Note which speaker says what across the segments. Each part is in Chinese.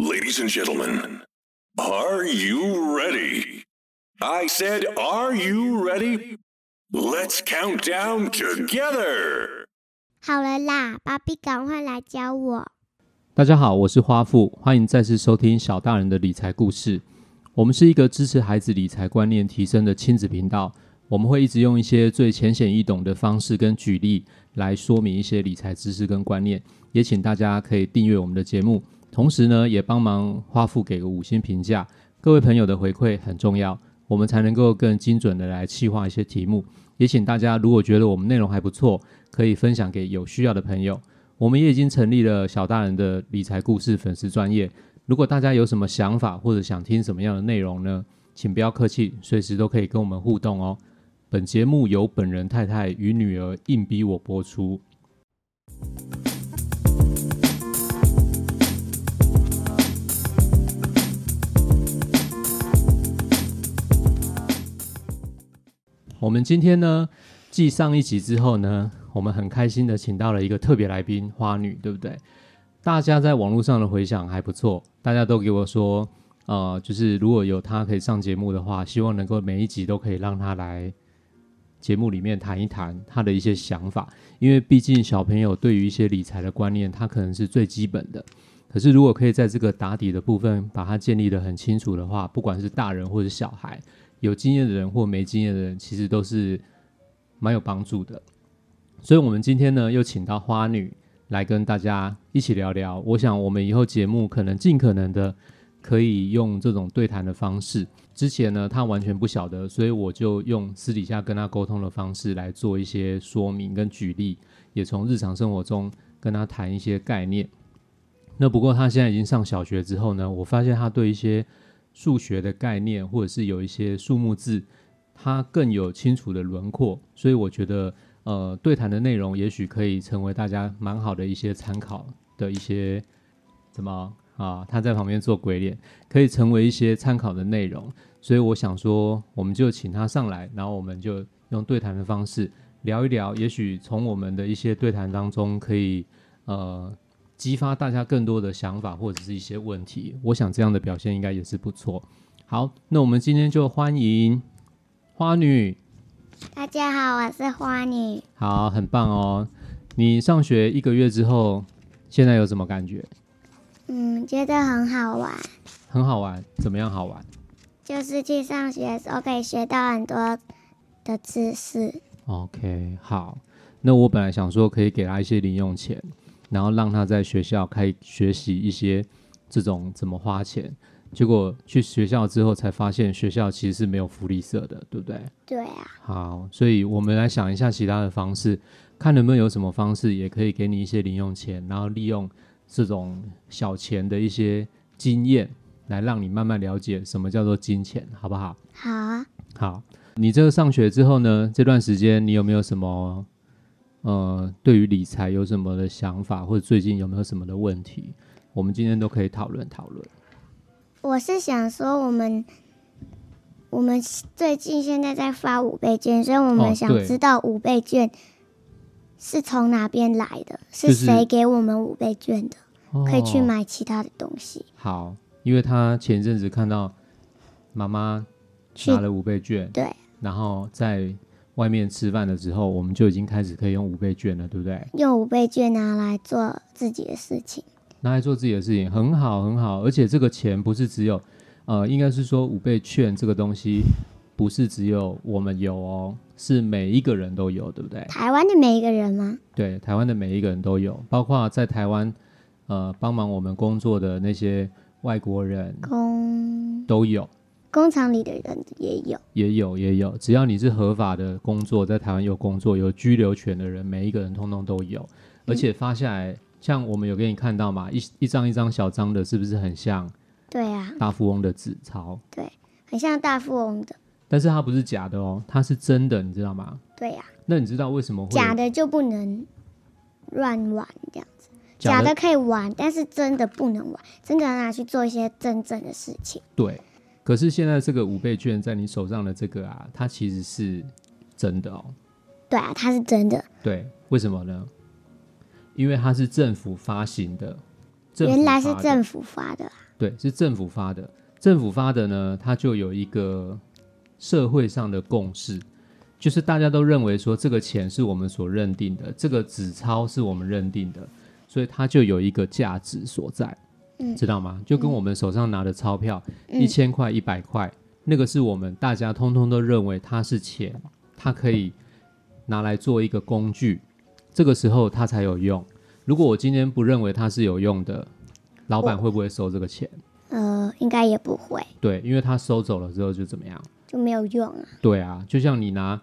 Speaker 1: Ladies and gentlemen, are you ready? I said, are you ready? Let's count down together.
Speaker 2: 好了啦，爸比，赶快来教我。
Speaker 3: 大家好，我是花富，欢迎再次收听小大人的理财故事。我们是一个支持孩子理财观念提升的亲子频道，我们会一直用一些最浅显易懂的方式跟举例来说明一些理财知识跟观念，也请大家可以订阅我们的节目，同时呢也帮忙花富给个五星评价，各位朋友的回馈很重要，我们才能够更精准的来细化一些题目。也请大家如果觉得我们内容还不错，可以分享给有需要的朋友。我们也已经成立了小大人的理财故事粉丝专业。如果大家有什么想法或者想听什么样的内容呢，请不要客气，随时都可以跟我们互动哦。本节目由本人太太与女儿硬逼我播出。我们今天呢，继上一集之后呢，我们很开心的请到了一个特别来宾花女，对不对？大家在网络上的回响还不错，大家都给我说，呃，就是如果有她可以上节目的话，希望能够每一集都可以让她来节目里面谈一谈她的一些想法，因为毕竟小朋友对于一些理财的观念，他可能是最基本的。可是如果可以在这个打底的部分把它建立的很清楚的话，不管是大人或者小孩，有经验的人或没经验的人，其实都是蛮有帮助的。所以，我们今天呢，又请到花女来跟大家一起聊聊。我想，我们以后节目可能尽可能的可以用这种对谈的方式。之前呢，她完全不晓得，所以我就用私底下跟她沟通的方式来做一些说明跟举例，也从日常生活中跟她谈一些概念。那不过她现在已经上小学之后呢，我发现她对一些数学的概念，或者是有一些数目字，它更有清楚的轮廓，所以我觉得，呃，对谈的内容也许可以成为大家蛮好的一些参考的一些怎么啊？他在旁边做鬼脸，可以成为一些参考的内容，所以我想说，我们就请他上来，然后我们就用对谈的方式聊一聊，也许从我们的一些对谈当中，可以呃激发大家更多的想法或者是一些问题。我想这样的表现应该也是不错。好，那我们今天就欢迎花女，
Speaker 2: 大家好，我是花女。
Speaker 3: 好，很棒哦。你上学一个月之后，现在有什么感觉？
Speaker 2: 嗯，觉得很好玩，
Speaker 3: 很好玩，怎么样好玩？
Speaker 2: 就是去上学的时候可以学到很多的知识。
Speaker 3: OK，好，那我本来想说可以给他一些零用钱，然后让他在学校可以学习一些这种怎么花钱。结果去学校之后才发现，学校其实是没有福利社的，对不对？
Speaker 2: 对啊，
Speaker 3: 好，所以我们来想一下其他的方式，看能不能有什么方式也可以给你一些零用钱，然后利用这种小钱的一些经验，来让你慢慢了解什么叫做金钱，好不好？
Speaker 2: 好啊，
Speaker 3: 好，你这个上学之后呢，这段时间你有没有什么呃，对于理财有什么的想法，或者最近有没有什么的问题？我们今天都可以讨论讨论。
Speaker 2: 我是想说我们。我们最近现在在发五倍券，所以我
Speaker 3: 哦
Speaker 2: 们想
Speaker 3: 对
Speaker 2: 知道五倍券是从哪边来的，
Speaker 3: 就是是
Speaker 2: 谁给我们五倍券的，可以去
Speaker 3: 哦
Speaker 2: 买其他的东西。
Speaker 3: 好，因为他前一阵子看到妈妈
Speaker 2: 去
Speaker 3: 拿了五倍券，
Speaker 2: 对，
Speaker 3: 然后在外面吃饭的时候，我们就已经开始可以用五倍券了，对不对？
Speaker 2: 用五倍券拿来做自己的事情。
Speaker 3: 拿来做自己的事情，很好，很好。而且这个钱不是只有，呃，应该是说五倍券这个东西不是只有我们有哦，是每一个人都有，对不对？
Speaker 2: 台湾的每一个人吗？
Speaker 3: 对，台湾的每一个人都有，包括在台湾，呃，帮忙我们工作的那些外国人
Speaker 2: 工
Speaker 3: 都有。
Speaker 2: 工厂里的人也有，
Speaker 3: 也有也有，只要你是合法的工作，在台湾有工作有居留权的人，每一个人通通都
Speaker 2: 嗯
Speaker 3: 有。而且发下来，像我们有给你看到嘛，一一张一张小张的，是不是很像
Speaker 2: 对啊，
Speaker 3: 大富翁的纸钞？
Speaker 2: 很像大富翁的，
Speaker 3: 但是它不是假的哦，它是真的，你知道吗？
Speaker 2: 对呀、
Speaker 3: 那你知道为什么会有
Speaker 2: 假的就不能乱玩这样子，
Speaker 3: 假
Speaker 2: 假
Speaker 3: 的
Speaker 2: 的可以玩，但是真的不能玩，真的要拿去做一些真正的事情。
Speaker 3: 对？可是现在这个五倍券在你手上的这个啊，它其实是真的哦。
Speaker 2: 对啊，它是真的，
Speaker 3: 对，为什么呢？因为它是政府发行的，政府
Speaker 2: 原来是
Speaker 3: 发的
Speaker 2: 政府发的啊，
Speaker 3: 对，是政府发的。政府发的呢，它就有一个社会上的共识，就是大家都认为说这个钱是我们所认定的，这个纸钞是我们认定的，所以它就有一个价值所在，
Speaker 2: 嗯
Speaker 3: 知道吗？就跟我们手上拿的钞票，
Speaker 2: 嗯
Speaker 3: 一千块、一百块，那个是我们大家通通都认为它是钱，它可以拿来做一个工具，这个时候它才有用。如果我今天不认为它是有用的，老板会不会收这个钱？
Speaker 2: 呃，应该也不会，
Speaker 3: 对，因为他收走了之后就怎么样？
Speaker 2: 就没有用啊。
Speaker 3: 对啊，就像你拿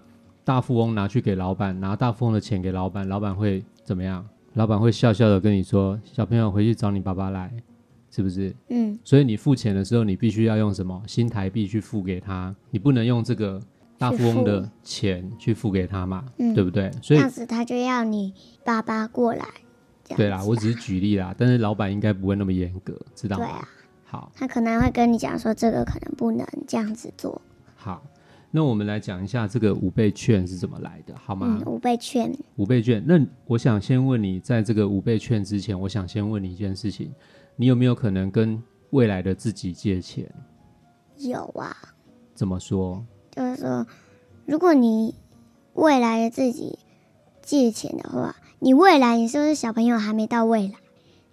Speaker 3: 大富翁拿去给老板，拿大富翁的钱给老板，老板会怎么样？老板会笑笑的跟你说：“小朋友回去找你爸爸来，是不是？”
Speaker 2: 嗯，
Speaker 3: 所以你付钱的时候，你必须要用什么新台币去付给他，你不能用这个大富翁的钱去付给他嘛，
Speaker 2: 嗯
Speaker 3: 对不对？所
Speaker 2: 这
Speaker 3: 以
Speaker 2: 样子他就要你爸爸过来。这样
Speaker 3: 对啦，
Speaker 2: 子
Speaker 3: 我只是举例啦，但是老板应该不会那么严格，知道
Speaker 2: 对
Speaker 3: 吗？
Speaker 2: 啊，
Speaker 3: 好，
Speaker 2: 他可能会跟你讲说这个可能不能这样子做。
Speaker 3: 好，那我们来讲一下这个五倍券是怎么来的，好吗
Speaker 2: 嗯，？五倍券，
Speaker 3: 五倍券，那我想先问你，在这个五倍券之前，我想先问你一件事情，你有没有可能跟未来的自己借钱？
Speaker 2: 有啊，
Speaker 3: 怎么说？
Speaker 2: 就是说，如果你未来的自己借钱的话，你未来你是不是小朋友还没到未来？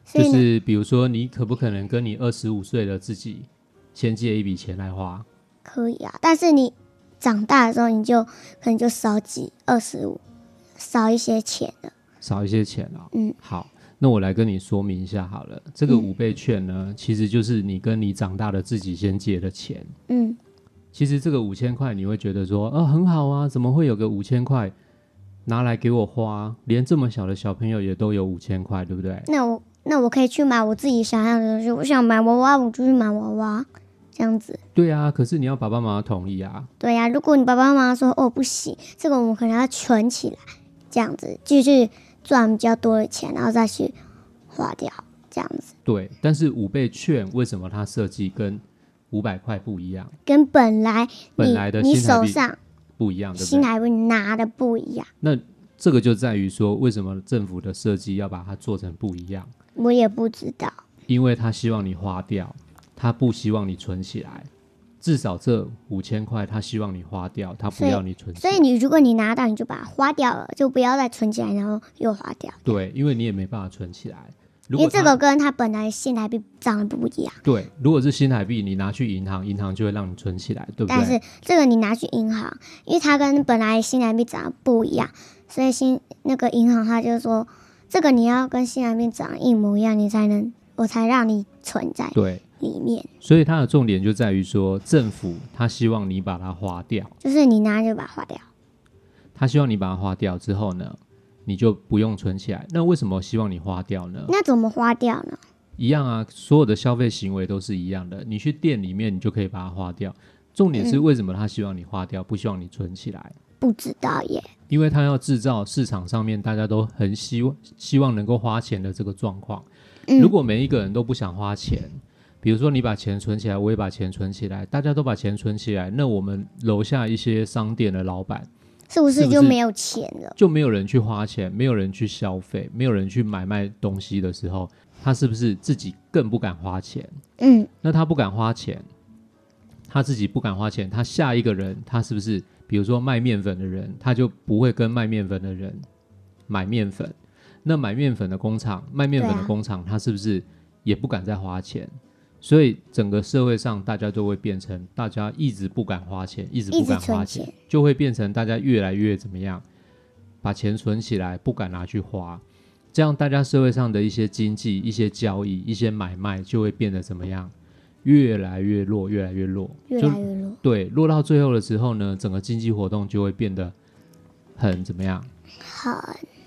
Speaker 2: 所
Speaker 3: 就
Speaker 2: 以呢，
Speaker 3: 是比如说，你可不可能跟你二十五岁的自己先借一笔钱来花？
Speaker 2: 可以啊，但是你长大的时候，你就可能就少几二十五，少一些钱了。
Speaker 3: 少一些钱哦。
Speaker 2: 嗯，
Speaker 3: 好，那我来跟你说明一下好了。这个
Speaker 2: 嗯
Speaker 3: 五倍券呢，其实就是你跟你长大的自己先借的钱。
Speaker 2: 嗯，
Speaker 3: 其实这个五千块，你会觉得说，呃，很好啊，怎么会有个五千块拿来给我花？连这么小的小朋友也都有五千块，对不对？
Speaker 2: 那我那我可以去买我自己想要的东西，我想买娃娃，我就去买娃娃，这样子。
Speaker 3: 对啊，可是你要爸爸妈妈同意啊。
Speaker 2: 对呀、如果你爸爸妈妈说哦不行，这个我们可能要存起来，这样子继续赚比较多的钱，然后再去花掉，这样子
Speaker 3: 对，但是五倍券为什么它设计跟五百块不一样？
Speaker 2: 跟本来你
Speaker 3: 本来的
Speaker 2: 你
Speaker 3: 新台
Speaker 2: 手
Speaker 3: 币
Speaker 2: 上
Speaker 3: 不一样，对不
Speaker 2: 新
Speaker 3: 对？
Speaker 2: 台币拿的不一样，
Speaker 3: 那这个就在于说，为什么政府的设计要把它做成不一样？
Speaker 2: 我也不知道。
Speaker 3: 因为他希望你花掉，他不希望你存起来。至少这五千块，他希望你花掉，他不
Speaker 2: 所以
Speaker 3: 要你存起
Speaker 2: 所
Speaker 3: 来。
Speaker 2: 以你如果你拿到，你就把它花掉了，就不要再存起来，然后又花掉，
Speaker 3: 对，因为你也没办法存起来。如
Speaker 2: 因为
Speaker 3: 果
Speaker 2: 这
Speaker 3: 他
Speaker 2: 个跟它本来新台币长得不一样。
Speaker 3: 对，如果是新台币，你拿去银行，银行就会让你存起来，对不
Speaker 2: 但
Speaker 3: 对？
Speaker 2: 是这个你拿去银行，因为它跟本来新台币长得不一样，所以新那个银行它就说，这个你要跟新台币长得一模一样，你才能我才让你存在
Speaker 3: 对，
Speaker 2: 里面，
Speaker 3: 所以它的重点就在于说，政府他希望你把它花掉，
Speaker 2: 就是你拿就把它花掉。
Speaker 3: 他希望你把它花掉之后呢，你就不用存起来。那为什么希望你花掉呢？
Speaker 2: 那怎么花掉呢？
Speaker 3: 一样啊，所有的消费行为都是一样的。你去店里面，你就可以把它花掉。重点是
Speaker 2: 嗯
Speaker 3: 为什么他希望你花掉，不希望你存起来？
Speaker 2: 不知道耶。
Speaker 3: 因为他要制造市场上面大家都很希望希望能够花钱的这个状况。
Speaker 2: 嗯
Speaker 3: 如果每一个人都不想花钱，比如说你把钱存起来，我也把钱存起来，大家都把钱存起来，那我们楼下一些商店的老板
Speaker 2: 是不
Speaker 3: 是
Speaker 2: 是
Speaker 3: 不
Speaker 2: 就是没有钱了？
Speaker 3: 就没有人去花钱，没有人去消费，没有人去买卖东西的时候，他是不是自己更不敢花钱？
Speaker 2: 嗯，
Speaker 3: 那他不敢花钱，他自己不敢花钱，他下一个人，他是不是比如说卖面粉的人，他就不会跟卖面粉的人买面粉？那买面粉的工厂，卖面粉
Speaker 2: 对
Speaker 3: 的
Speaker 2: 啊
Speaker 3: 工厂，他是不是也不敢再花钱？所以整个社会上，大家就会变成大家一直不敢花钱，一直
Speaker 2: 一
Speaker 3: 不
Speaker 2: 直
Speaker 3: 敢花
Speaker 2: 存
Speaker 3: 钱，
Speaker 2: 钱
Speaker 3: 就会变成大家越来越怎么样，把钱存起来，不敢拿去花。这样，大家社会上的一些经济、一些交易、一些买卖，就会变得怎么样？越来越弱，越来越弱，
Speaker 2: 越
Speaker 3: 就
Speaker 2: 来越弱，
Speaker 3: 对，落到最后的时候呢，整个经济活动就会变得很怎么样？
Speaker 2: 很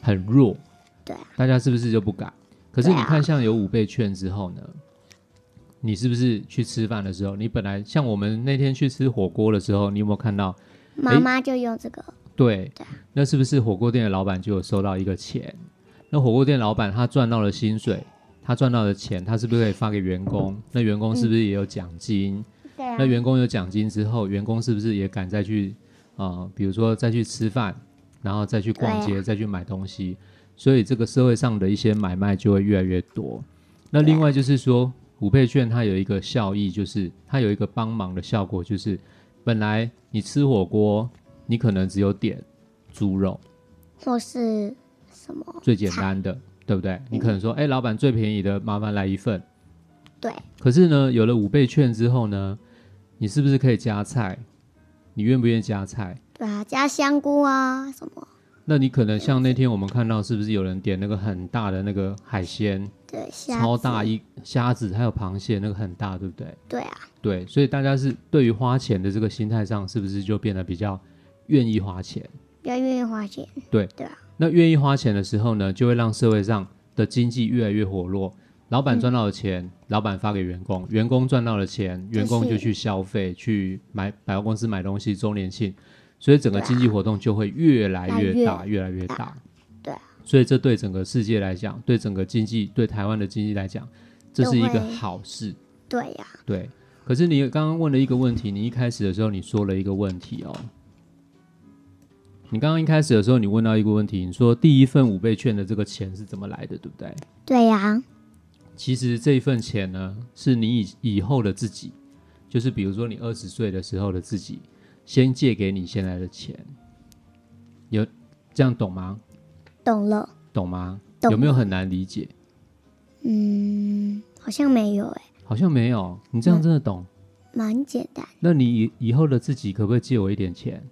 Speaker 3: 很弱。
Speaker 2: 对啊
Speaker 3: 大家是不是就不敢？可是
Speaker 2: 对
Speaker 3: 你
Speaker 2: 啊
Speaker 3: 看，像有五倍券之后呢，你是不是去吃饭的时候，你本来像我们那天去吃火锅的时候，你有没有看到？
Speaker 2: 妈妈就用这个，
Speaker 3: 对，
Speaker 2: 对啊
Speaker 3: 那是不是火锅店的老板就有收到一个钱？那火锅店老板他赚到了薪水，他赚到的钱，他是不是可以发给员工？那员工是不是也有奖金？
Speaker 2: 对啊
Speaker 3: 那，员工有奖金之后，员工是不是也敢再去呃，比如说再去吃饭，然后再去逛街，
Speaker 2: 对
Speaker 3: 再去买东西？所以这个社会上的一些买卖就会越来越多。那另外就是说，五倍券它有一个效益，就是它有一个帮忙的效果，就是本来你吃火锅，你可能只有点猪肉
Speaker 2: 或是什么
Speaker 3: 最简单的，对不对？你可能说，哎、老板最便宜的，麻烦来一份。
Speaker 2: 对，
Speaker 3: 可是呢，有了五倍券之后呢，你是不是可以加菜？你愿不愿意加菜？
Speaker 2: 对啊，加香菇啊什么，
Speaker 3: 那你可能像那天我们看到，是不是有人点那个很大的那个海鲜，
Speaker 2: 对，虾
Speaker 3: 超
Speaker 2: 子
Speaker 3: 大一虾子，还有螃蟹，那个很大，对不对？
Speaker 2: 对啊，
Speaker 3: 对，所以大家是对于花钱的这个心态上，是不是就变得比较愿意花钱？
Speaker 2: 比较愿意花钱。
Speaker 3: 对
Speaker 2: 对啊，
Speaker 3: 那愿意花钱的时候呢，就会让社会上的经济越来越活络。老板赚到了钱，老板发给员工，员工赚到了钱，员工就去消费，去买百货公司买东西，周年庆，所以整个经济活动就会越来越大，越来越大。
Speaker 2: 对啊，
Speaker 3: 所以这对整个世界来讲，对整个经济，对台湾的经济来讲，这是一个好事。
Speaker 2: 对呀、
Speaker 3: 对，可是你刚刚问了一个问题，你一开始的时候你说了一个问题哦。你刚刚一开始的时候，你问到一个问题，你说第一份五倍券的这个钱是怎么来的，对不对？
Speaker 2: 对呀、
Speaker 3: 其实这一份钱呢，是你以以后的自己，就是比如说你二十岁的时候的自己，先借给你现在的钱，有这样懂吗？
Speaker 2: 懂了。
Speaker 3: 懂吗？
Speaker 2: 懂
Speaker 3: 有没有很难理解？
Speaker 2: 嗯，好像没有诶、
Speaker 3: 好像没有，你这样真的懂？
Speaker 2: 蛮简单。
Speaker 3: 那你以以后的自己可不可以借我一点钱？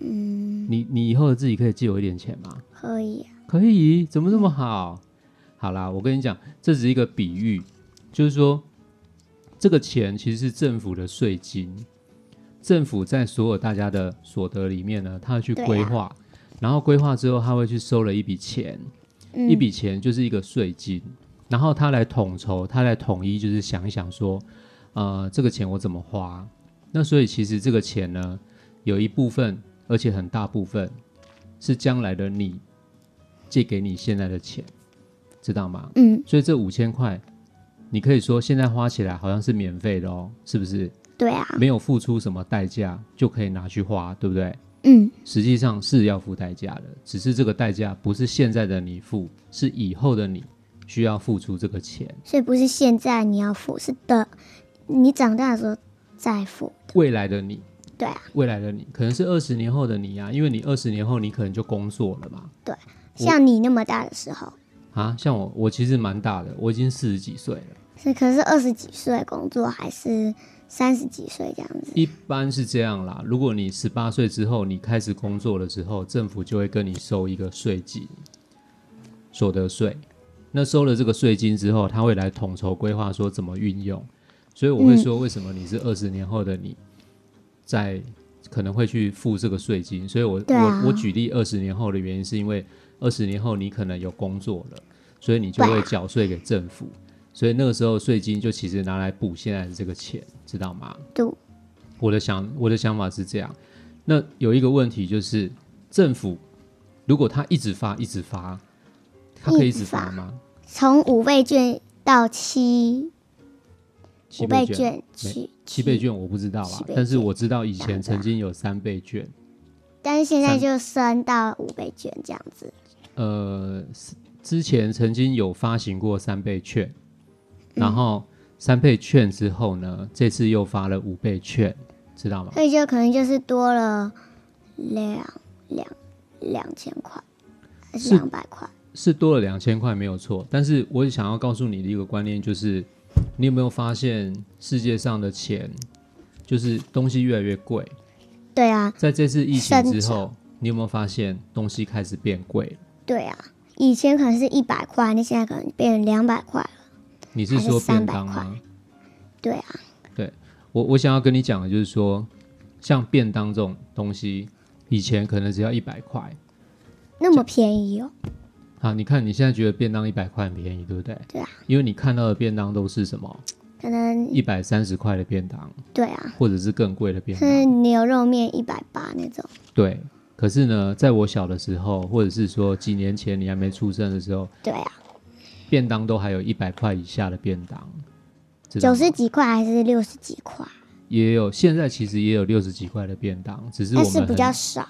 Speaker 2: 嗯，
Speaker 3: 你你以后的自己可以借我一点钱吗？
Speaker 2: 可以、啊。
Speaker 3: 可以，怎么这么好？好啦，我跟你讲，这只是一个比喻，就是说，这个钱其实是政府的税金，政府在所有大家的所得里面呢，他会去
Speaker 2: 对啊
Speaker 3: 规划，然后规划之后，他会去收了一笔钱，
Speaker 2: 嗯，
Speaker 3: 一笔钱就是一个税金，然后他来统筹，他来统一，就是想一想说，呃，这个钱我怎么花？那所以其实这个钱呢，有一部分，而且很大部分是将来的你借给你现在的钱，知道吗？
Speaker 2: 嗯，
Speaker 3: 所以这五千块，你可以说现在花起来好像是免费的哦，是不是？
Speaker 2: 对啊。
Speaker 3: 没有付出什么代价就可以拿去花，对不对？
Speaker 2: 嗯，
Speaker 3: 实际上是要付代价的，只是这个代价不是现在的你付，是以后的你需要付出这个钱，
Speaker 2: 所以不是现在你要付，是的，你长大的时候再付。
Speaker 3: 未来的你，
Speaker 2: 对啊，
Speaker 3: 未来的你可能是二十年后的你啊，因为你二十年后你可能就工作了嘛。
Speaker 2: 像你那么大的时候，
Speaker 3: 啊，像我，我其实蛮大的，我已经四十几岁了。
Speaker 2: 是可是二十几岁工作还是三十几岁这样子？
Speaker 3: 一般是这样啦，如果你十八岁之后你开始工作了之后，政府就会跟你收一个税金，所得税。那收了这个税金之后，他会来统筹规划说怎么运用。所以我会
Speaker 2: 嗯
Speaker 3: 说，为什么你是二十年后的你，在可能会去付这个税金？所以我、
Speaker 2: 对啊
Speaker 3: 我我举例二十年后的原因，是因为二十年后你可能有工作了，所以你就
Speaker 2: 对啊
Speaker 3: 会缴税给政府。所以那个时候税金就其实拿来补现在的这个钱，知道吗？
Speaker 2: 对，
Speaker 3: 我的想我的想法是这样。那有一个问题就是，政府如果他一直发一直发，他可以一直发吗？
Speaker 2: 从五倍券到七
Speaker 3: 七
Speaker 2: 五倍
Speaker 3: 券，
Speaker 2: 券，七
Speaker 3: 七倍，券我不知道
Speaker 2: 七
Speaker 3: 啦
Speaker 2: 倍，券
Speaker 3: 但是我知道以前
Speaker 2: 两个啊
Speaker 3: 曾经有三倍券，
Speaker 2: 但是现在
Speaker 3: 三
Speaker 2: 就升到五倍券这样子。
Speaker 3: 呃，是之前曾经有发行过三倍券，
Speaker 2: 嗯
Speaker 3: 然后三倍券之后呢，这次又发了五倍券，知道吗？
Speaker 2: 所以就可能就是多了两两两千块，还是
Speaker 3: 是
Speaker 2: 两百块？
Speaker 3: 是多了两千块没有错，但是我想要告诉你的一个观念就是，你有没有发现世界上的钱就是东西越来越贵？
Speaker 2: 对啊，
Speaker 3: 在这次疫情之
Speaker 2: 生
Speaker 3: 后，你有没有发现东西开始变贵了？
Speaker 2: 对啊，以前可能是一百块，那现在可能变成两百块了。
Speaker 3: 你是说便当
Speaker 2: 还是
Speaker 3: 吗？
Speaker 2: 对啊，
Speaker 3: 我我想要跟你讲的就是说，像便当这种东西，以前可能只要一百块
Speaker 2: 那么便宜哦。
Speaker 3: 啊，你看你现在觉得便当一百块很便宜，对不对？
Speaker 2: 对啊，嗯
Speaker 3: 因为你看到的便当都是什么
Speaker 2: 可能
Speaker 3: 一百三十块的便当，
Speaker 2: 对啊，
Speaker 3: 或者是更贵的便当。
Speaker 2: 是牛肉面一百八那种。
Speaker 3: 对，可是呢，在我小的时候，或者是说几年前你还没出生的时候，
Speaker 2: 对啊，
Speaker 3: 便当都还有一百块以下的便当，知道
Speaker 2: 九
Speaker 3: 吗
Speaker 2: 十几块还是六十几块，
Speaker 3: 也有，现在其实也有六十几块的便当，只是我
Speaker 2: 但
Speaker 3: 们
Speaker 2: 是比较
Speaker 3: 很
Speaker 2: 少。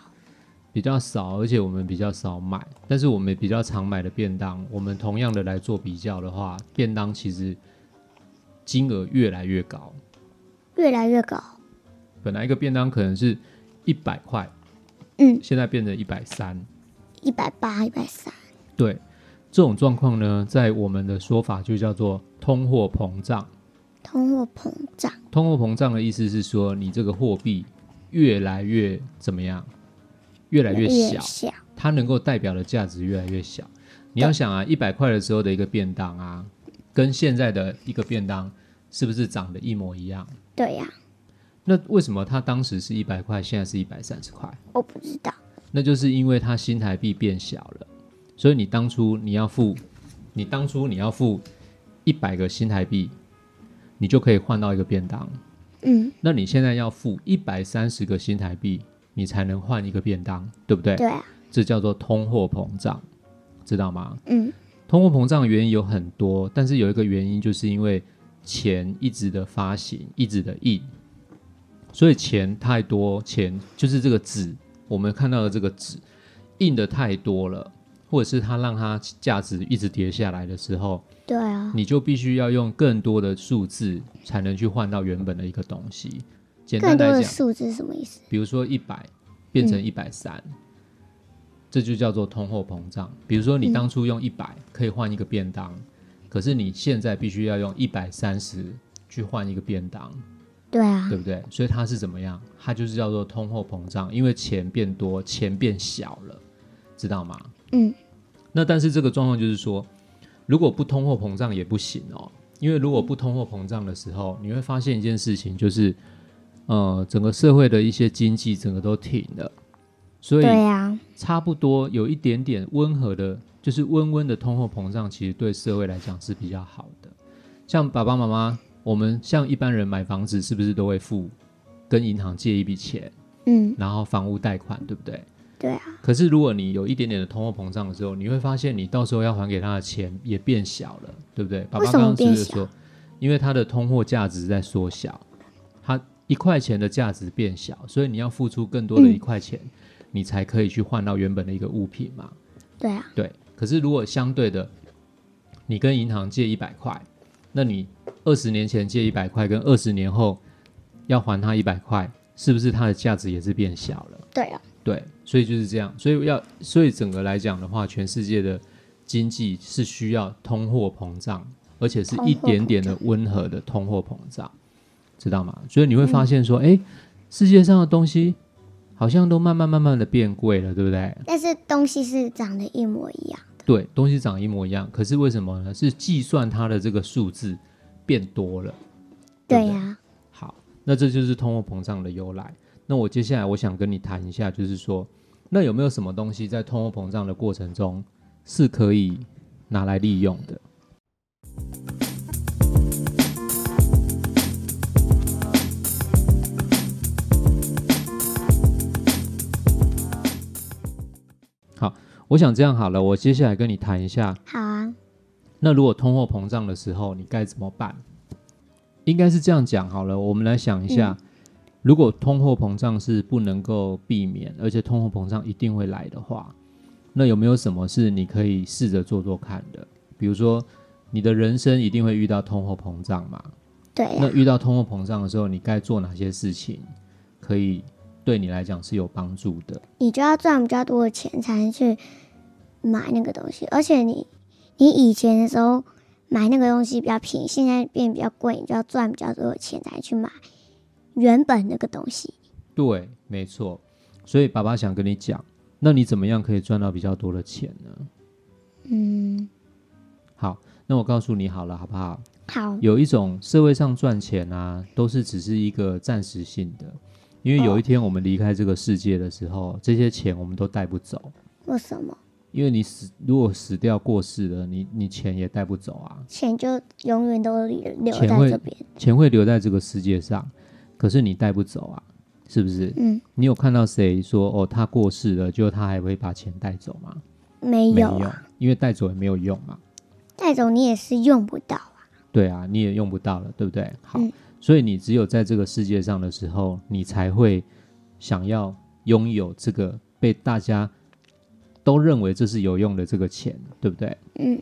Speaker 3: 比较少，而且我们比较少买。但是我们比较常买的便当，我们同样的来做比较的话，便当其实金额越来越高。
Speaker 2: 越来越高。
Speaker 3: 本来一个便当可能是一百块，
Speaker 2: 嗯，
Speaker 3: 现在变成一百三。
Speaker 2: 一百八、一百三，
Speaker 3: 对，这种状况呢，在我们的说法就叫做通货膨胀。
Speaker 2: 通货膨胀
Speaker 3: 通货膨胀的意思是说，你这个货币越来越怎么样？越来越小，
Speaker 2: 小
Speaker 3: 它能够代表的价值越来越小。你要想啊，一百块的时候的一个便当啊，跟现在的一个便当是不是长得一模一样？
Speaker 2: 对啊呀、
Speaker 3: 那为什么它当时是一百块，现在是一百三十块？
Speaker 2: 我不知道。
Speaker 3: 那就是因为它新台币变小了，所以你当初你要付，你当初你要付一百个新台币，你就可以换到一个便当。
Speaker 2: 嗯，
Speaker 3: 那你现在要付一百三十个新台币，你才能换一个便当，对不对？
Speaker 2: 对啊，
Speaker 3: 这叫做通货膨胀，知道吗？
Speaker 2: 嗯，
Speaker 3: 通货膨胀的原因有很多，但是有一个原因就是因为钱一直的发行，一直的印，所以钱太多，钱就是这个纸，我们看到的这个纸印的太多了，或者是它让它价值一直跌下来的时候，
Speaker 2: 对啊，
Speaker 3: 你就必须要用更多的数字才能去换到原本的一个东西。简单
Speaker 2: 更多
Speaker 3: 来
Speaker 2: 的
Speaker 3: 讲，
Speaker 2: 数字是什么意思？
Speaker 3: 比如说一百变成一百三，这就叫做通货膨胀。比如说你当初用一百可以换一个便当，可是你现在必须要用一百三十去换一个便当，
Speaker 2: 对啊
Speaker 3: 对，不对？所以它是怎么样？它就是叫做通货膨胀，因为钱变多，钱变小了，知道吗？
Speaker 2: 嗯，
Speaker 3: 那但是这个状况就是说，如果不通货膨胀也不行哦，因为如果不通货膨胀的时候，你会发现一件事情，就是呃，整个社会的一些经济整个都停了，所以
Speaker 2: 对啊，
Speaker 3: 差不多有一点点温和的，就是温温的通货膨胀，其实对社会来讲是比较好的。像爸爸妈妈，我们像一般人买房子，是不是都会付跟银行借一笔钱，
Speaker 2: 嗯，
Speaker 3: 然后房屋贷款，对不对？
Speaker 2: 对啊，
Speaker 3: 可是如果你有一点点的通货膨胀的时候，你会发现你到时候要还给他的钱也变小了，对不对？爸
Speaker 2: 为
Speaker 3: 爸
Speaker 2: 什么
Speaker 3: 刚刚是不是
Speaker 2: 变小
Speaker 3: 说，因为它的通货价值在缩小，它一块钱的价值变小，所以你要付出更多的一块钱，你才可以去换到原本的一个物品嘛。
Speaker 2: 对啊，
Speaker 3: 对，可是如果相对的，你跟银行借一百块，那你二十年前借一百块，跟二十年后要还他一百块，是不是它的价值也是变小了？
Speaker 2: 对啊，
Speaker 3: 对，所以就是这样，所以要，所以整个来讲的话，全世界的经济是需要通货膨胀，而且是一点点的温和的通货膨胀，知道吗？所以你会发现说，哎、世界上的东西好像都慢慢慢慢的变贵了，对不对？
Speaker 2: 但是东西是长得一模一样。
Speaker 3: 对，东西长一模一样，可是为什么呢？是计算它的这个数字变多了。对
Speaker 2: 对啊
Speaker 3: 不对
Speaker 2: 呀、
Speaker 3: 好，那这就是通货膨胀的由来。那我接下来我想跟你谈一下，就是说，那有没有什么东西在通货膨胀的过程中是可以拿来利用的？好，我想这样好了，我接下来跟你谈一下，
Speaker 2: 好啊，
Speaker 3: 那如果通货膨胀的时候，你该怎么办？应该是这样讲好了，我们来想一下，如果通货膨胀是不能够避免，而且通货膨胀一定会来的话，那有没有什么是你可以试着做做看的？比如说，你的人生一定会遇到通货膨胀嘛？
Speaker 2: 对
Speaker 3: 那
Speaker 2: 啊，
Speaker 3: 遇到通货膨胀的时候，你该做哪些事情可以对你来讲是有帮助的？
Speaker 2: 你就要赚比较多的钱才能去买那个东西，而且你你以前的时候买那个东西比较便宜，现在变比较贵，你就要赚比较多的钱才去买原本那个东西。
Speaker 3: 对，没错。所以爸爸想跟你讲，那你怎么样可以赚到比较多的钱呢？
Speaker 2: 嗯，
Speaker 3: 好，那我告诉你好了，好不好？
Speaker 2: 好，
Speaker 3: 有一种社会上赚钱啊，都是只是一个暂时性的，因为有一天我们离开这个世界的时候，这些钱我们都带不走。
Speaker 2: 为什么
Speaker 3: 因为你死，如果死掉过世了，你你钱也带不走啊，
Speaker 2: 钱就永远都留留
Speaker 3: 钱
Speaker 2: 在
Speaker 3: 会
Speaker 2: 这边？
Speaker 3: 钱会留在这个世界上，可是你带不走啊，是不是？
Speaker 2: 嗯，
Speaker 3: 你有看到谁说哦他过世了，就他还会把钱带走吗？
Speaker 2: 没
Speaker 3: 没
Speaker 2: 有
Speaker 3: 有
Speaker 2: 啊，，
Speaker 3: 因为带走也没有用嘛。
Speaker 2: 带走你也是用不到啊。
Speaker 3: 对啊，你也用不到了，对不对？好，
Speaker 2: 嗯
Speaker 3: 所以你只有在这个世界上的时候，你才会想要拥有这个被大家都认为这是有用的这个钱，对不对？
Speaker 2: 嗯，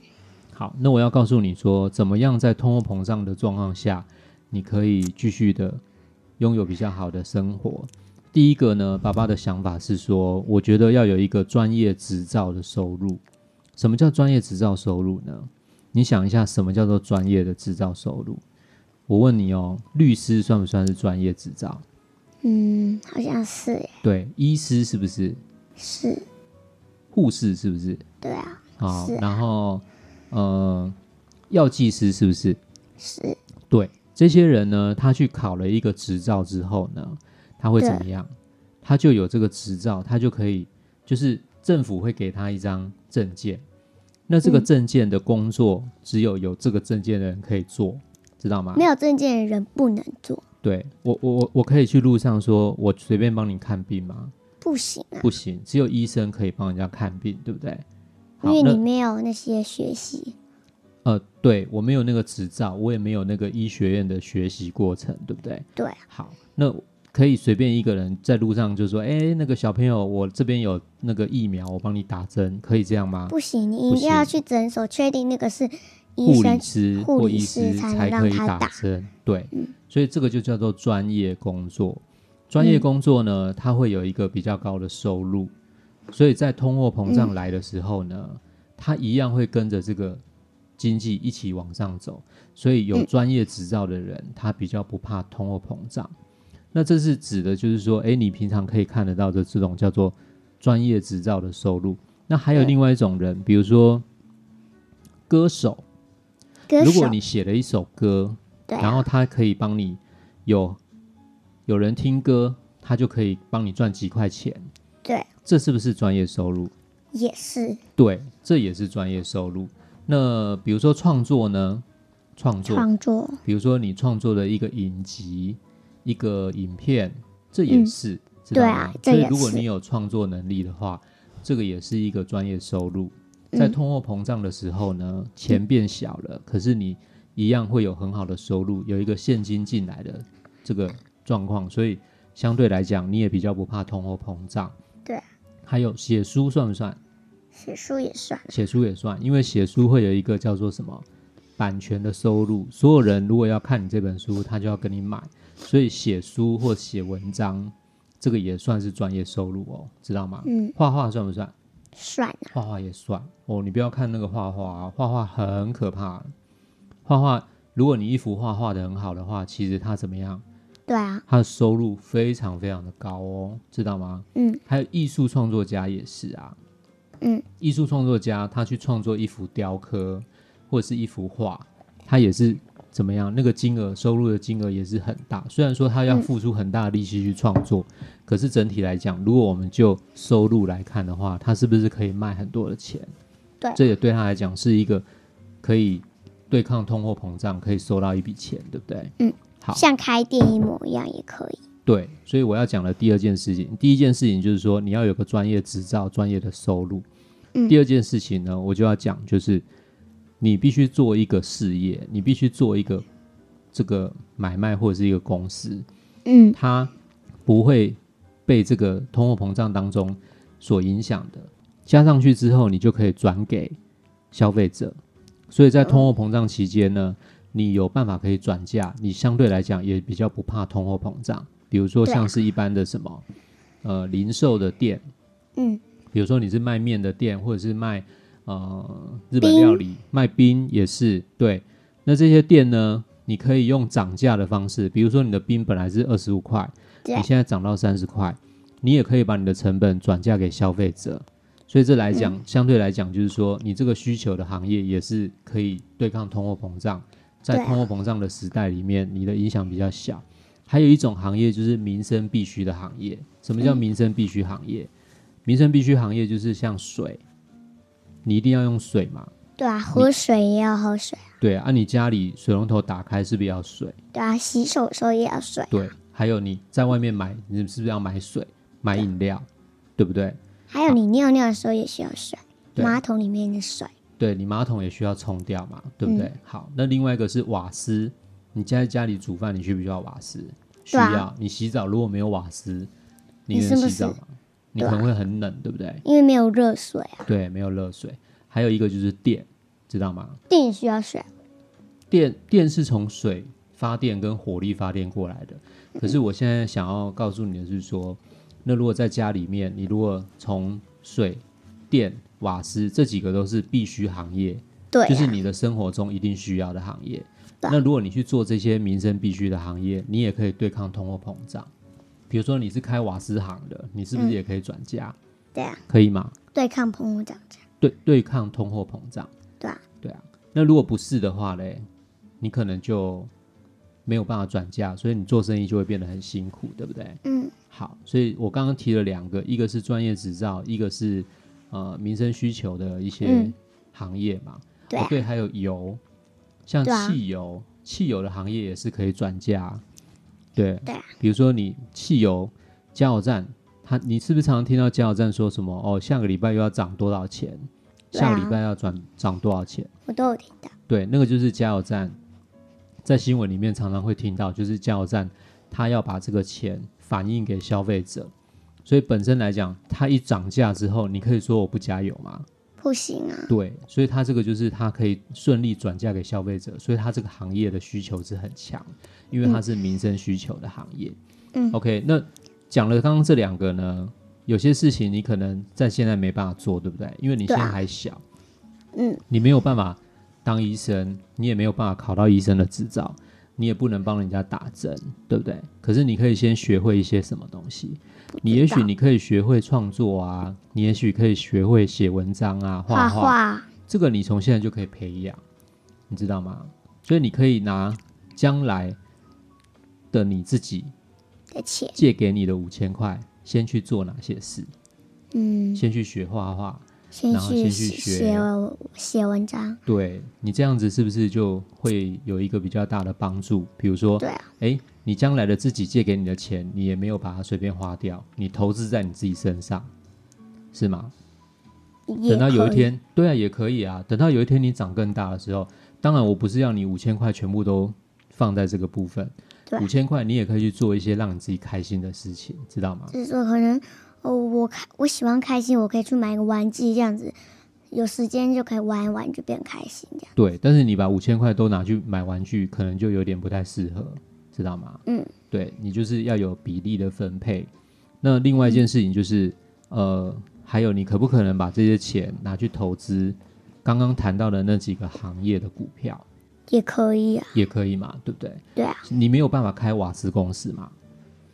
Speaker 3: 好，那我要告诉你说，怎么样在通货膨胀的状况下，你可以继续的拥有比较好的生活。第一个呢，爸爸的想法是说，我觉得要有一个专业执照的收入。什么叫专业执照收入呢？你想一下，什么叫做专业的执照收入？我问你哦，律师算不算是专业执照？
Speaker 2: 嗯，好像是耶
Speaker 3: 对，医师是不是？
Speaker 2: 是，
Speaker 3: 护士是不是？
Speaker 2: 对啊，
Speaker 3: 好
Speaker 2: 是啊，
Speaker 3: 然后呃，药剂师是不是？
Speaker 2: 是
Speaker 3: 对，这些人呢，他去考了一个执照之后呢，他会怎么
Speaker 2: 对
Speaker 3: 样？他就有这个执照，他就可以，就是政府会给他一张证件。那这个
Speaker 2: 嗯
Speaker 3: 证件的工作，只有有这个证件的人可以做，知道吗？
Speaker 2: 没有证件的人不能做，
Speaker 3: 对我，我我我可以去路上说，我随便帮你看病吗？
Speaker 2: 不行啊，
Speaker 3: 不行，只有医生可以帮人家看病，对不对？好
Speaker 2: 因为
Speaker 3: 那
Speaker 2: 你没有那些学习。
Speaker 3: 呃，对我没有那个执照，我也没有那个医学院的学习过程，对不对？
Speaker 2: 对啊，
Speaker 3: 好，那可以随便一个人在路上就说：“哎、那个小朋友，我这边有那个疫苗，我帮你打针，可以这样吗
Speaker 2: 不行，你
Speaker 3: 不
Speaker 2: 一定要
Speaker 3: 行
Speaker 2: 去诊所确定那个是？”医
Speaker 3: 护理
Speaker 2: 生。
Speaker 3: 师
Speaker 2: 护
Speaker 3: 或
Speaker 2: 理
Speaker 3: 医
Speaker 2: 师
Speaker 3: 师
Speaker 2: 才能
Speaker 3: 才
Speaker 2: 让
Speaker 3: 可以
Speaker 2: 他
Speaker 3: 打嗯
Speaker 2: 打
Speaker 3: 针，对，所以这个就叫做专业工作。专业工作呢，它会有一个比较高的收入，所以在通货膨胀来的时候呢，它一样会跟着这个经济一起往上走。所以有专业执照的人，他比较不怕通货膨胀。那这是指的，就是说，诶，你平常可以看得到的这种叫做专业执照的收入。那还有另外一种人，比如说歌手，
Speaker 2: 歌
Speaker 3: 如
Speaker 2: 手
Speaker 3: 果你写了一首歌，
Speaker 2: 对啊、
Speaker 3: 然后他可以帮你有有人听歌，他就可以帮你赚几块钱，
Speaker 2: 对
Speaker 3: 这是不是专业收入？
Speaker 2: 也是
Speaker 3: 对，这也是专业收入。那比如说创作呢？创作，
Speaker 2: 创作，
Speaker 3: 比如说你创作的一个影集、一个影片，这也
Speaker 2: 嗯
Speaker 3: 是、知
Speaker 2: 对
Speaker 3: 道
Speaker 2: 啊
Speaker 3: 吗？
Speaker 2: 这
Speaker 3: 所以
Speaker 2: 也
Speaker 3: 如果
Speaker 2: 是
Speaker 3: 你有创作能力的话，这个也是一个专业收入。在
Speaker 2: 嗯
Speaker 3: 通货膨胀的时候呢，钱变小了，可是你一样会有很好的收入，有一个现金进来的这个状况，所以相对来讲，你也比较不怕通货膨胀。
Speaker 2: 对啊，
Speaker 3: 还有写书算不算？
Speaker 2: 写书也算。
Speaker 3: 写书也算，因为写书会有一个叫做什么版权的收入，所有人如果要看你这本书，他就要跟你买，所以写书或写文章，这个也算是专业收入哦，知道吗？
Speaker 2: 嗯，
Speaker 3: 画画算不算？
Speaker 2: 算啊，
Speaker 3: 画画也算哦，你不要看那个画画啊，画画很可怕。画画，如果你一幅画画的很好的话，其实它怎么样？
Speaker 2: 对啊，
Speaker 3: 它的收入非常非常的高哦，知道吗？
Speaker 2: 嗯，
Speaker 3: 还有艺术创作家也是啊，
Speaker 2: 嗯，
Speaker 3: 艺术创作家他去创作一幅雕刻或者是一幅画，他也是怎么样？那个金额收入的金额也是很大，虽然说他要
Speaker 2: 嗯
Speaker 3: 付出很大的力气去创作，可是整体来讲，如果我们就收入来看的话，他是不是可以卖很多的钱？
Speaker 2: 对
Speaker 3: 这也对他来讲是一个可以对抗通货膨胀，可以收到一笔钱，对不对？
Speaker 2: 嗯，
Speaker 3: 好，
Speaker 2: 像开店一模一样也可以。
Speaker 3: 对，所以我要讲的第二件事情，第一件事情就是说你要有个专业执照、专业的收入。
Speaker 2: 嗯
Speaker 3: 第二件事情呢，我就要讲就是你必须做一个事业，你必须做一个这个买卖或者是一个公司，
Speaker 2: 嗯，
Speaker 3: 它不会被这个通货膨胀当中所影响的。加上去之后，你就可以转给消费者。所以在
Speaker 2: 哦
Speaker 3: 通货膨胀期间呢，你有办法可以转嫁，你相对来讲也比较不怕通货膨胀。比如说
Speaker 2: 对啊
Speaker 3: 像是一般的什么呃零售的店，
Speaker 2: 嗯，
Speaker 3: 比如说你是卖面的店，或者是卖呃日本料理、卖冰也是对。那这些店呢，你可以用涨价的方式，比如说你的冰本来是二十五块，
Speaker 2: 对
Speaker 3: 你现在涨到三十块，你也可以把你的成本转嫁给消费者。所以这来
Speaker 2: 嗯
Speaker 3: 讲，相对来讲，就是说你这个需求的行业也是可以对抗通货膨胀，在
Speaker 2: 对啊
Speaker 3: 通货膨胀的时代里面，你的影响比较小。还有一种行业就是民生必须的行业。什么叫
Speaker 2: 嗯
Speaker 3: 民生必须行业？民生必须行业就是像水，你一定要用水嘛。
Speaker 2: 对啊，喝水也要喝水，
Speaker 3: 对啊，你家里水龙头打开是不是要水？
Speaker 2: 对啊，洗手的时候也要水，
Speaker 3: 对，还有你在外面买，你是不是要买水、买饮料，对不对？
Speaker 2: 还有你尿尿的时候也需要水，
Speaker 3: 对啊
Speaker 2: 马桶里面的水。
Speaker 3: 对你马桶也需要冲掉嘛，对不对？
Speaker 2: 嗯
Speaker 3: 好，那另外一个是瓦斯，你家在家里煮饭，你需不需要瓦斯？需
Speaker 2: 对啊
Speaker 3: 要。你洗澡如果没有瓦斯，你
Speaker 2: 你
Speaker 3: 能
Speaker 2: 是不
Speaker 3: 洗澡
Speaker 2: 是
Speaker 3: 吗？你可能会很冷，对不对？
Speaker 2: 因为没有热水啊，
Speaker 3: 对，没有热水。还有一个就是电，知道吗？
Speaker 2: 电也需要水，
Speaker 3: 电电是从水发电跟火力发电过来的。可是我现在想要告诉你的是说，那如果在家里面，你如果从水、电、瓦斯这几个都是必须行业，
Speaker 2: 对、啊，
Speaker 3: 就是你的生活中一定需要的行业。
Speaker 2: 对啊
Speaker 3: 那如果你去做这些民生必须的行业，你也可以对抗通货膨胀。比如说你是开瓦斯行的，你是不是也可以转嫁？
Speaker 2: 嗯对啊，
Speaker 3: 可以吗？
Speaker 2: 对抗澎湖涨价，
Speaker 3: 对，对抗通货膨胀。
Speaker 2: 对啊，
Speaker 3: 对啊。那如果不是的话嘞，你可能就没有办法转嫁，所以你做生意就会变得很辛苦，对不对？
Speaker 2: 嗯，
Speaker 3: 好，所以我刚刚提了两个，一个是专业执照，一个是呃民生需求的一些
Speaker 2: 嗯
Speaker 3: 行业嘛。
Speaker 2: 对啊
Speaker 3: 哦对，还有油，像
Speaker 2: 对啊
Speaker 3: 汽油，汽油的行业也是可以转嫁。啊对，
Speaker 2: 对啊
Speaker 3: 比如说你汽油加油站，它你是不是常常听到加油站说什么哦，下个礼拜又要涨多少钱？
Speaker 2: 对
Speaker 3: 下个礼
Speaker 2: 啊
Speaker 3: 拜要涨涨多少钱？
Speaker 2: 我都有听到。
Speaker 3: 对，那个就是加油站，在新闻里面常常会听到，就是加油站他要把这个钱反映给消费者，所以本身来讲，它一涨价之后，你可以说我不加油吗？
Speaker 2: 不行啊，
Speaker 3: 对，所以它这个就是它可以顺利转嫁给消费者，所以它这个行业的需求是很强，因为它是民生需求的行业。
Speaker 2: 嗯
Speaker 3: ，OK，那讲了刚刚这两个呢，有些事情你可能在现在没办法做，对不对？因为你现
Speaker 2: 对啊
Speaker 3: 在还小，
Speaker 2: 嗯，
Speaker 3: 你没有办法当医生，你也没有办法考到医生的执照，你也不能帮人家打针，对不对？可是你可以先学会一些什么东西，你也许你可以学会创作啊，你也许可以学会写文章啊，
Speaker 2: 画
Speaker 3: 画
Speaker 2: 画
Speaker 3: 这个你从现在就可以培养，你知道吗？所以你可以拿将来的你自己
Speaker 2: 的钱，
Speaker 3: 借给你的五千块，先去做哪些事？
Speaker 2: 嗯，
Speaker 3: 先去学画画，
Speaker 2: 先
Speaker 3: 然后先
Speaker 2: 去
Speaker 3: 去学
Speaker 2: 写文写文章，
Speaker 3: 对你这样子是不是就会有一个比较大的帮助？比如说，
Speaker 2: 对啊，
Speaker 3: 哎，你将来的自己借给你的钱，你也没有把它随便花掉，你投资在你自己身上，是吗？
Speaker 2: 也
Speaker 3: 等到有一
Speaker 2: 可以，
Speaker 3: 天，对啊，也可以啊。等到有一天你长更大的时候，当然我不是要你五千块全部都放在这个部分，
Speaker 2: 对
Speaker 3: 五千块你也可以去做一些让你自己开心的事情，知道吗？
Speaker 2: 就是说可能哦，我开我喜欢开心，我可以去买个玩具这样子，有时间就可以玩一玩，就变开心这样。
Speaker 3: 对，但是你把五千块都拿去买玩具，可能就有点不太适合，知道吗？
Speaker 2: 嗯，
Speaker 3: 对你就是要有比例的分配。那另外一件事情就是，呃，还有你可不可能把这些钱拿去投资刚刚谈到的那几个行业的股票，
Speaker 2: 也可以啊，
Speaker 3: 也可以嘛，对不对？
Speaker 2: 对啊，
Speaker 3: 你没有办法开瓦斯公司嘛？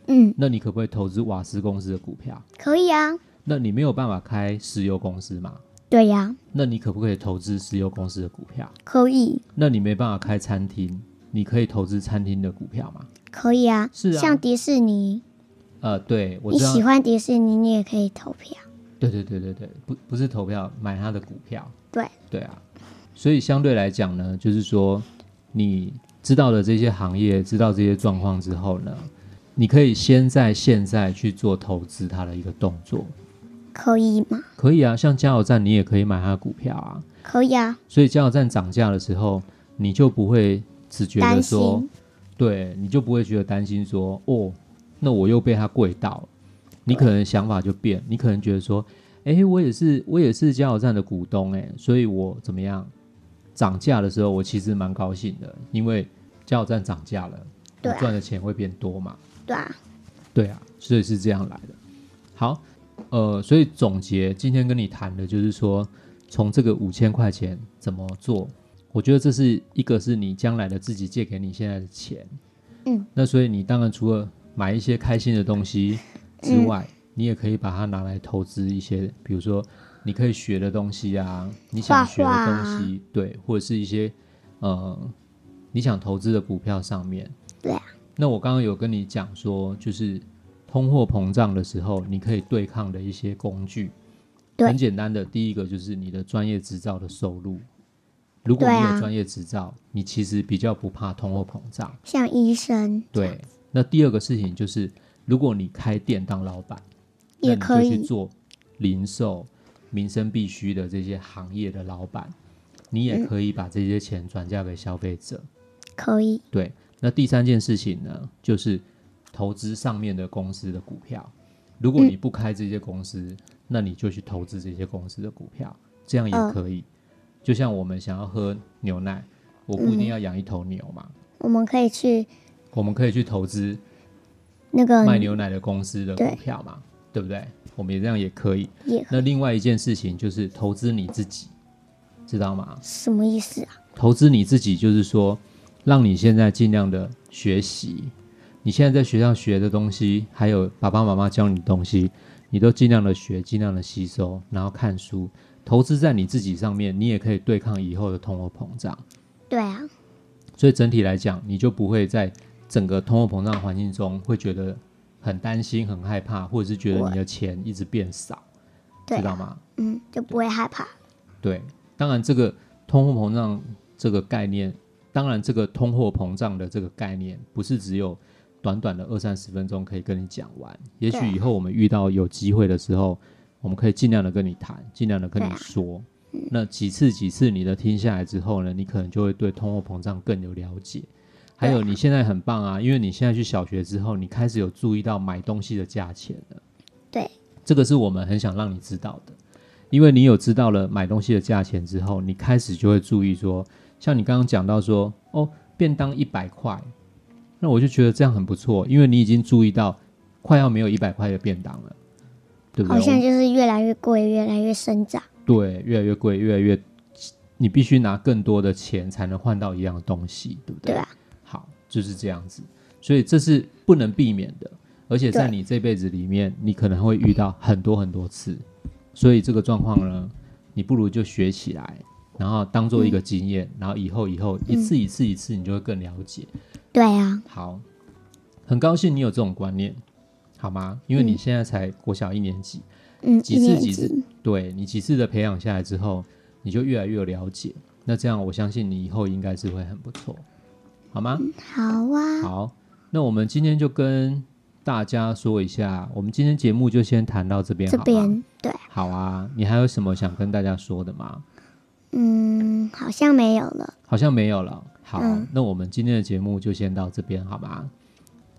Speaker 2: 嗯，
Speaker 3: 那你可不可以投资瓦斯公司的股票？
Speaker 2: 可以啊，
Speaker 3: 那你没有办法开石油公司嘛？
Speaker 2: 对呀、
Speaker 3: 那你可不可以投资石油公司的股票？
Speaker 2: 可以，
Speaker 3: 那你没办法开餐厅，你可以投资餐厅的股票嘛？
Speaker 2: 可以啊，
Speaker 3: 是啊
Speaker 2: 像迪士尼，
Speaker 3: 呃，对，我
Speaker 2: 你
Speaker 3: 知道
Speaker 2: 喜，欢迪士尼，你也可以投票，
Speaker 3: 对对对对对，不不是投票，买他的股票，
Speaker 2: 对，
Speaker 3: 对啊。所以相对来讲呢，就是说你知道了这些行业，知道这些状况之后呢，你可以先在现在去做投资它的一个动作，
Speaker 2: 可以吗？
Speaker 3: 可以啊，像加油站你也可以买它的股票啊。
Speaker 2: 可以啊，
Speaker 3: 所以加油站涨价的时候，你就不会只觉得
Speaker 2: 担
Speaker 3: 说
Speaker 2: 心，，
Speaker 3: 对，你就不会觉得担心说，哦，那我又被它贵到了。你可能想法就变，你可能觉得说，诶，我也是我也是加油站的股东诶，所以我怎么样涨价的时候，我其实蛮高兴的，因为加油站涨价了，我
Speaker 2: 对啊
Speaker 3: 赚的钱会变多嘛。
Speaker 2: 对啊，
Speaker 3: 对啊，所以是这样来的。好，呃，所以总结今天跟你谈的就是说，从这个五千块钱怎么做，我觉得这是一个是你将来的自己借给你现在的钱，
Speaker 2: 嗯，
Speaker 3: 那所以你当然除了买一些开心的东西之外，
Speaker 2: 嗯
Speaker 3: 你也可以把它拿来投资一些，比如说你可以学的东西啊，你想学的
Speaker 2: 画画
Speaker 3: 东
Speaker 2: 啊
Speaker 3: 西，对，或者是一些呃你想投资的股票上面。
Speaker 2: 对啊，
Speaker 3: 那我刚刚有跟你讲说，就是通货膨胀的时候，你可以对抗的一些工具，
Speaker 2: 对
Speaker 3: 很简单的，第一个就是你的专业执照的收入。如果
Speaker 2: 对
Speaker 3: 你有
Speaker 2: 啊
Speaker 3: 专业执照，你其实比较不怕通货膨胀。
Speaker 2: 像医生，
Speaker 3: 对，那第二个事情就是，如果你开店当老板，那
Speaker 2: 也
Speaker 3: 你
Speaker 2: 可
Speaker 3: 就去
Speaker 2: 以，
Speaker 3: 做零售、民生必须的这些行业的老板，你
Speaker 2: 嗯
Speaker 3: 也可以把这些钱转嫁给消费者。
Speaker 2: 可以，
Speaker 3: 对，那第三件事情呢，就是投资上面的公司的股票。如果你不开这些公司，那你就去投资这些公司的股票，这样也可以。就像我们想要喝牛奶，我不一定要养一头牛嘛，
Speaker 2: 我们可以去
Speaker 3: 我们可以去投资
Speaker 2: 那个
Speaker 3: 卖牛奶的公司的
Speaker 2: 嗯对
Speaker 3: 股票嘛，对不对？我们也这样也可以。
Speaker 2: 也
Speaker 3: 那另外一件事情就是投资你自己，知道吗？
Speaker 2: 什么意思啊？
Speaker 3: 投资你自己，就是说，让你现在尽量的学习，你现在在学校学的东西，还有爸爸妈妈教你的东西，你都尽量的学，尽量的吸收，然后看书，投资在你自己上面，你也可以对抗以后的通货膨胀。
Speaker 2: 对啊，
Speaker 3: 所以整体来讲，你就不会在整个通货膨胀环境中会觉得很担心、很害怕，或者是觉得你的钱一直变少，
Speaker 2: 对
Speaker 3: 知道
Speaker 2: 啊，
Speaker 3: 吗？
Speaker 2: 嗯，就不会害怕。
Speaker 3: 对，当然这个通货膨胀这个概念，当然这个通货膨胀的这个概念，不是只有短短的二三十分钟可以跟你讲完。也许
Speaker 2: 对
Speaker 3: 以后我们遇到有机会的时候，我们可以尽量的跟你谈，尽量的跟你
Speaker 2: 对啊
Speaker 3: 说。那几次几次你的听下来之后呢，你可能就会对通货膨胀更有了解。还有你现在很棒啊，因为你现在去小学之后，你开始有注意到买东西的价钱了。
Speaker 2: 对，
Speaker 3: 这个是我们很想让你知道的，因为你有知道了买东西的价钱之后，你开始就会注意说，像你刚刚讲到说，哦，便当一百块，那我就觉得这样很不错，因为你已经注意到快要没有一百块的便当了，对不
Speaker 2: 好
Speaker 3: 对？
Speaker 2: 像
Speaker 3: 我
Speaker 2: 就是越来越贵，越来越生长。
Speaker 3: 对，越来越贵，越来越，你必须拿更多的钱才能换到一样的东西，对不对？
Speaker 2: 对啊，
Speaker 3: 好，就是这样子，所以这是不能避免的，而且在
Speaker 2: 对
Speaker 3: 你这辈子里面，你可能会遇到很多很多次，所以这个状况呢，你不如就学起来，然后当做一个经验，然后以后以后一次一次一次，你就会更了解。
Speaker 2: 对啊，
Speaker 3: 好，很高兴你有这种观念，好吗？因为你现在才国小一年级，
Speaker 2: 嗯，
Speaker 3: 几
Speaker 2: 一
Speaker 3: 次
Speaker 2: 年
Speaker 3: 几次
Speaker 2: 级，
Speaker 3: 对你几次的培养下来之后，你就越来越有了解。那这样，我相信你以后应该是会很不错，好吗？
Speaker 2: 好啊，
Speaker 3: 好，那我们今天就跟大家说一下，我们今天节目就先谈到这边，
Speaker 2: 这
Speaker 3: 好吗
Speaker 2: 边对，
Speaker 3: 好啊。你还有什么想跟大家说的吗？
Speaker 2: 嗯，好像没有了。
Speaker 3: 好像没有了。好，
Speaker 2: 嗯
Speaker 3: 那我们今天的节目就先到这边，好吗？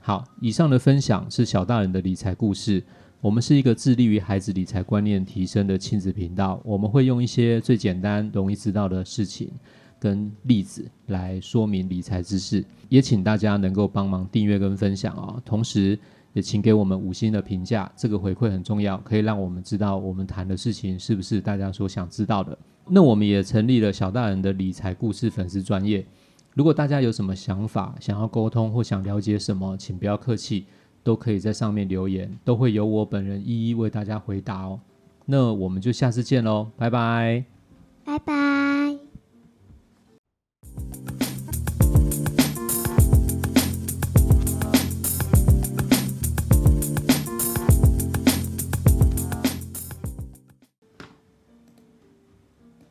Speaker 3: 好，以上的分享是小大人的理财故事。我们是一个致力于孩子理财观念提升的亲子频道，我们会用一些最简单、容易知道的事情跟例子来说明理财知识，也请大家能够帮忙订阅跟分享哦。同时，也请给我们五星的评价，这个回馈很重要，可以让我们知道我们谈的事情是不是大家所想知道的。那我们也成立了小大人的理财故事粉丝专业。如果大家有什么想法、想要沟通或想了解什么，请不要客气，都可以在上面留言，都会由我本人一一为大家回答哦。那我们就下次见喽，拜拜。
Speaker 2: 拜拜。